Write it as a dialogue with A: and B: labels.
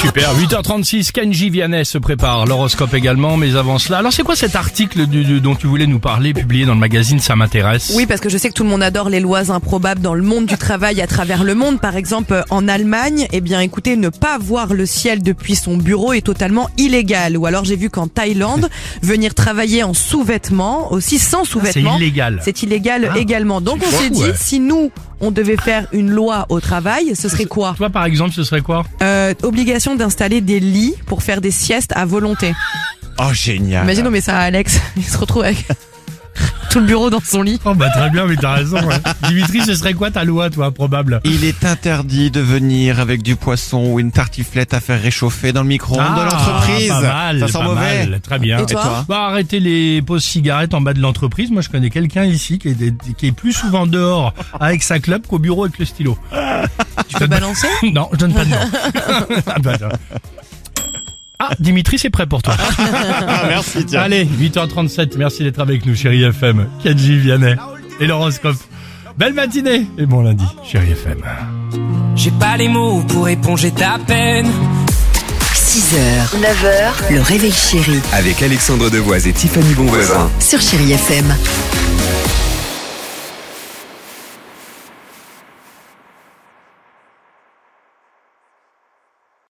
A: Super, 8h36, Kenji Vianney se prépare, l'horoscope également, mais avant cela, alors c'est quoi cet article du- du- dont tu voulais nous parler, publié dans le magazine Ça m'intéresse
B: Oui, parce que je sais que tout le monde adore les lois improbables dans le monde du travail à travers le monde. Par exemple, euh, en Allemagne, eh bien, écoutez, ne pas voir le ciel depuis son bureau est totalement illégal. Ou alors, j'ai vu qu'en Thaïlande, venir travailler en sous-vêtements, aussi sans
A: Ah, c'est
B: sous-vêtements,
A: illégal.
B: c'est illégal
A: Ah,
B: également. Donc,
A: c'est
B: on s'est
A: fou,
B: dit,
A: ouais.
B: si nous, on devait faire une loi au travail, ce serait quoi
A: Toi par exemple, ce serait quoi
B: Euh, Obligation d'installer des lits pour faire des siestes à volonté.
C: Oh, génial.
B: Imagine, on met ça à Alex, il se retrouve avec tout le bureau dans son lit.
A: Oh bah très bien, mais t'as raison. ouais. Dimitri, ce serait quoi ta loi, toi, probable
D: Il est interdit de venir avec du poisson ou une tartiflette à faire réchauffer dans le micro-ondes de l'entreprise.
A: Ah, Pas mal,
D: Ça sent
A: pas
D: mauvais.
A: mal, très bien.
B: Et toi
A: bah, Arrêtez les pauses cigarettes en bas de l'entreprise. Moi, je connais quelqu'un ici qui est, qui est plus souvent dehors avec sa clope qu'au bureau avec le stylo.
B: Tu peux
D: Bah,
B: balancer
A: Non, je donne pas de nom. Ah, bah, attends. Ah, Dimitri, c'est prêt pour toi.
D: Ah, Merci, tiens.
A: Allez, 8h37, merci d'être avec nous, chérie FM. Kadji Vianney et l'horoscope. Belle matinée et bon lundi, chérie FM.
E: J'ai pas les mots pour éponger ta peine.
F: 6h, 9h, le réveil chéri
G: Avec Alexandre Devoise et Tiffany Bonvoisin.
F: sur Chéri FM.